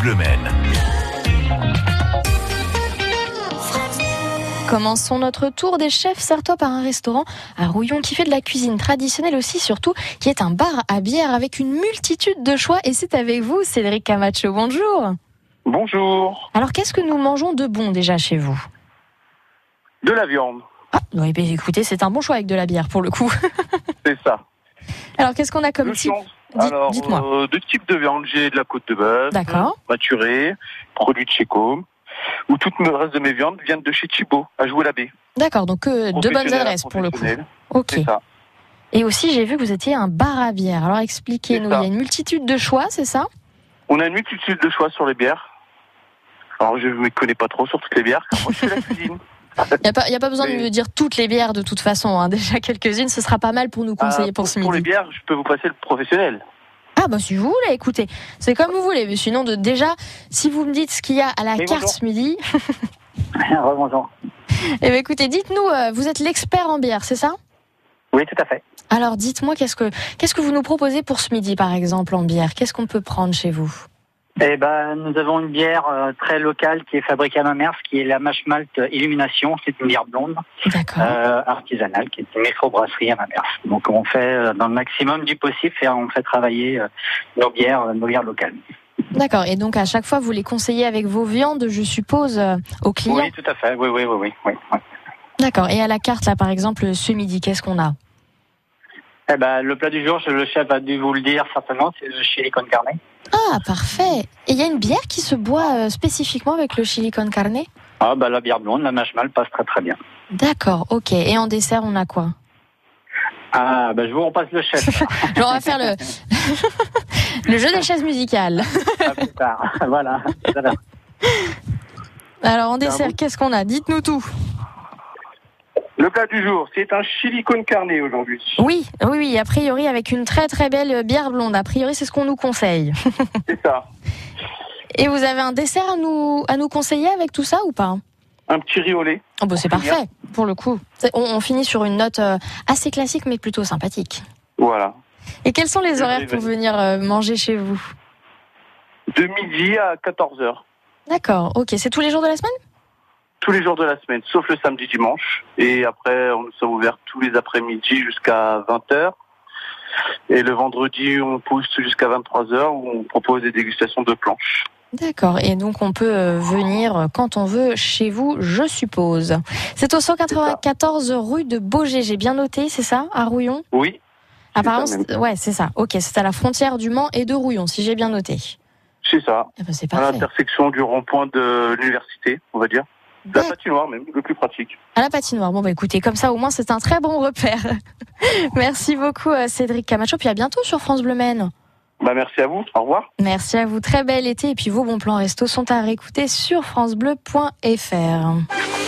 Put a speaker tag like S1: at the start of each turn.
S1: Bleu Maine.
S2: Commençons notre tour des chefs sartois par un restaurant à Rouillon qui fait de la cuisine traditionnelle aussi surtout, qui est un bar à bière avec une multitude de choix et c'est avec vous Cédric Camacho, bonjour
S3: Bonjour.
S2: Alors qu'est-ce que nous mangeons de bon déjà chez vous
S3: De la viande,
S2: Ah, oui, bah, écoutez, c'est un bon choix avec de la bière pour le coup.
S3: c'est ça.
S2: Alors qu'est-ce qu'on a comme
S3: Le
S2: type
S3: chance.
S2: Dites-
S3: Alors,
S2: dites-moi.
S3: euh, deux types de viande. J'ai de la côte de bœuf,
S2: D'accord.
S3: maturée, produit de chez Com, où tout le reste de mes viandes viennent de chez Thibault, à jouer la baie.
S2: D'accord, donc euh, deux bonnes adresses pour le coup. Ok.
S3: C'est ça.
S2: Et aussi, j'ai vu que vous étiez un bar à bière. Alors expliquez-nous,
S3: C'est ça.
S2: il y a une multitude de choix, c'est ça
S3: On a une multitude de choix sur les bières. Alors, je ne me connais pas trop sur toutes les bières, car moi, je fais la cuisine.
S2: Il n'y a, pas- y a pas besoin de
S3: Mais-
S2: me dire toutes les bières de toute façon. hein. Déjà quelques-unes, ce sera pas mal pour nous conseiller
S3: Ah,
S2: pour ce
S3: Pour les
S2: midi.
S3: bières, je peux vous passer le professionnel.
S2: Ah bah si vous voulez, écoutez, c'est comme vous voulez. Mais sinon, de, déjà, si vous me dites ce qu'il y a à la
S3: Oui,
S2: carte
S3: bonjour.
S2: ce midi,
S4: Ah,
S3: Revenons-en.
S2: eh ben, écoutez, dites-nous, euh, vous êtes l'expert en bière, c'est ça
S3: Oui, tout à fait.
S2: Alors dites-moi, qu'est-ce que qu'est-ce que vous nous proposez pour ce midi, par exemple, en bière Qu'est-ce qu'on peut prendre chez vous
S4: Eh ben, nous avons une bière euh, très locale qui est fabriquée à Mamers, qui est la Mash Malt Illumination. C'est une bière blonde
S2: D'accord.
S4: euh, artisanale, qui est une microbrasserie à Mamers. Donc, on fait euh, dans le maximum du possible et on fait travailler euh, nos bières, euh, nos bières locales.
S2: D'accord. Et donc à chaque fois, vous les conseillez avec vos viandes, je suppose, euh, aux clients.
S4: Oui, tout à fait. Oui, oui, oui, oui. oui, oui.
S2: D'accord. Et à la carte, là, par exemple, ce midi, qu'est-ce qu'on a
S4: Eh ben, le plat du jour, je- le chef a dû vous le dire certainement, c'est le chili con carne.
S2: Ah, parfait. Et il y a une bière qui se boit euh, spécifiquement avec le chili con carne
S4: Ah, bah, la bière blonde, la Mash Malt passe très très bien.
S2: D'accord, ok. Et en dessert, on a quoi
S4: Ah, bah, je vous repasse le chef.
S2: Genre, on va faire le, le jeu des chaises musicales.
S4: à plus tard. voilà. Tout à l'heure.
S2: Alors, en dessert, qu'est-ce qu'on a Dites-nous tout.
S3: Le plat du jour, c'est un chili con carne aujourd'hui.
S2: Oui, oui, oui, a priori, avec une très très belle euh, bière blonde. A priori, c'est ce qu'on nous conseille.
S3: C'est ça.
S2: Et vous avez un dessert à nous, à nous conseiller avec tout ça ou pas
S3: Un petit riz au lait.
S2: Oh, bah, C'est
S3: Pour finir.
S2: parfait, pour le coup. C'est- On, on finit sur une note euh, assez classique, mais plutôt sympathique.
S3: Voilà.
S2: Et quels sont les
S3: Oui,
S2: horaires
S3: oui,
S2: pour
S3: oui.
S2: venir euh, manger chez vous
S3: De midi à 14h.
S2: D'accord, ok. C'est tous les jours de la semaine
S3: tous les jours de la semaine, sauf le samedi dimanche. Et après, on nous sommes ouverts tous les après-midi jusqu'à 20h. Et le vendredi, on pousse jusqu'à 23h où on propose des dégustations de planches.
S2: D'accord, et donc on peut euh, venir euh, quand on veut chez vous, je suppose. C'est au 194 rue de Beaugé, j'ai bien noté, c'est ça, à Rouillon
S3: Oui,
S2: Apparemment,
S3: même.
S2: c'est- ouais, c'est ça. Ok, c'est à la frontière du Mans et de Rouillon, si j'ai bien noté.
S3: c'est ça.
S2: Eh ben, c'est
S3: À
S2: parfait.
S3: l'intersection du rond-point de l'université, on va dire. La
S2: D'ac-
S3: patinoire même, le plus pratique.
S2: À la patinoire. Bon, bah écoutez, comme ça au moins c'est un très bon repère. Merci beaucoup euh, Cédric Camacho, puis à bientôt sur France Bleu Maine.
S3: Bah, merci à vous. Au revoir.
S2: Merci à vous, très bel été, et puis vos bons plans resto sont à réécouter sur francebleu.fr.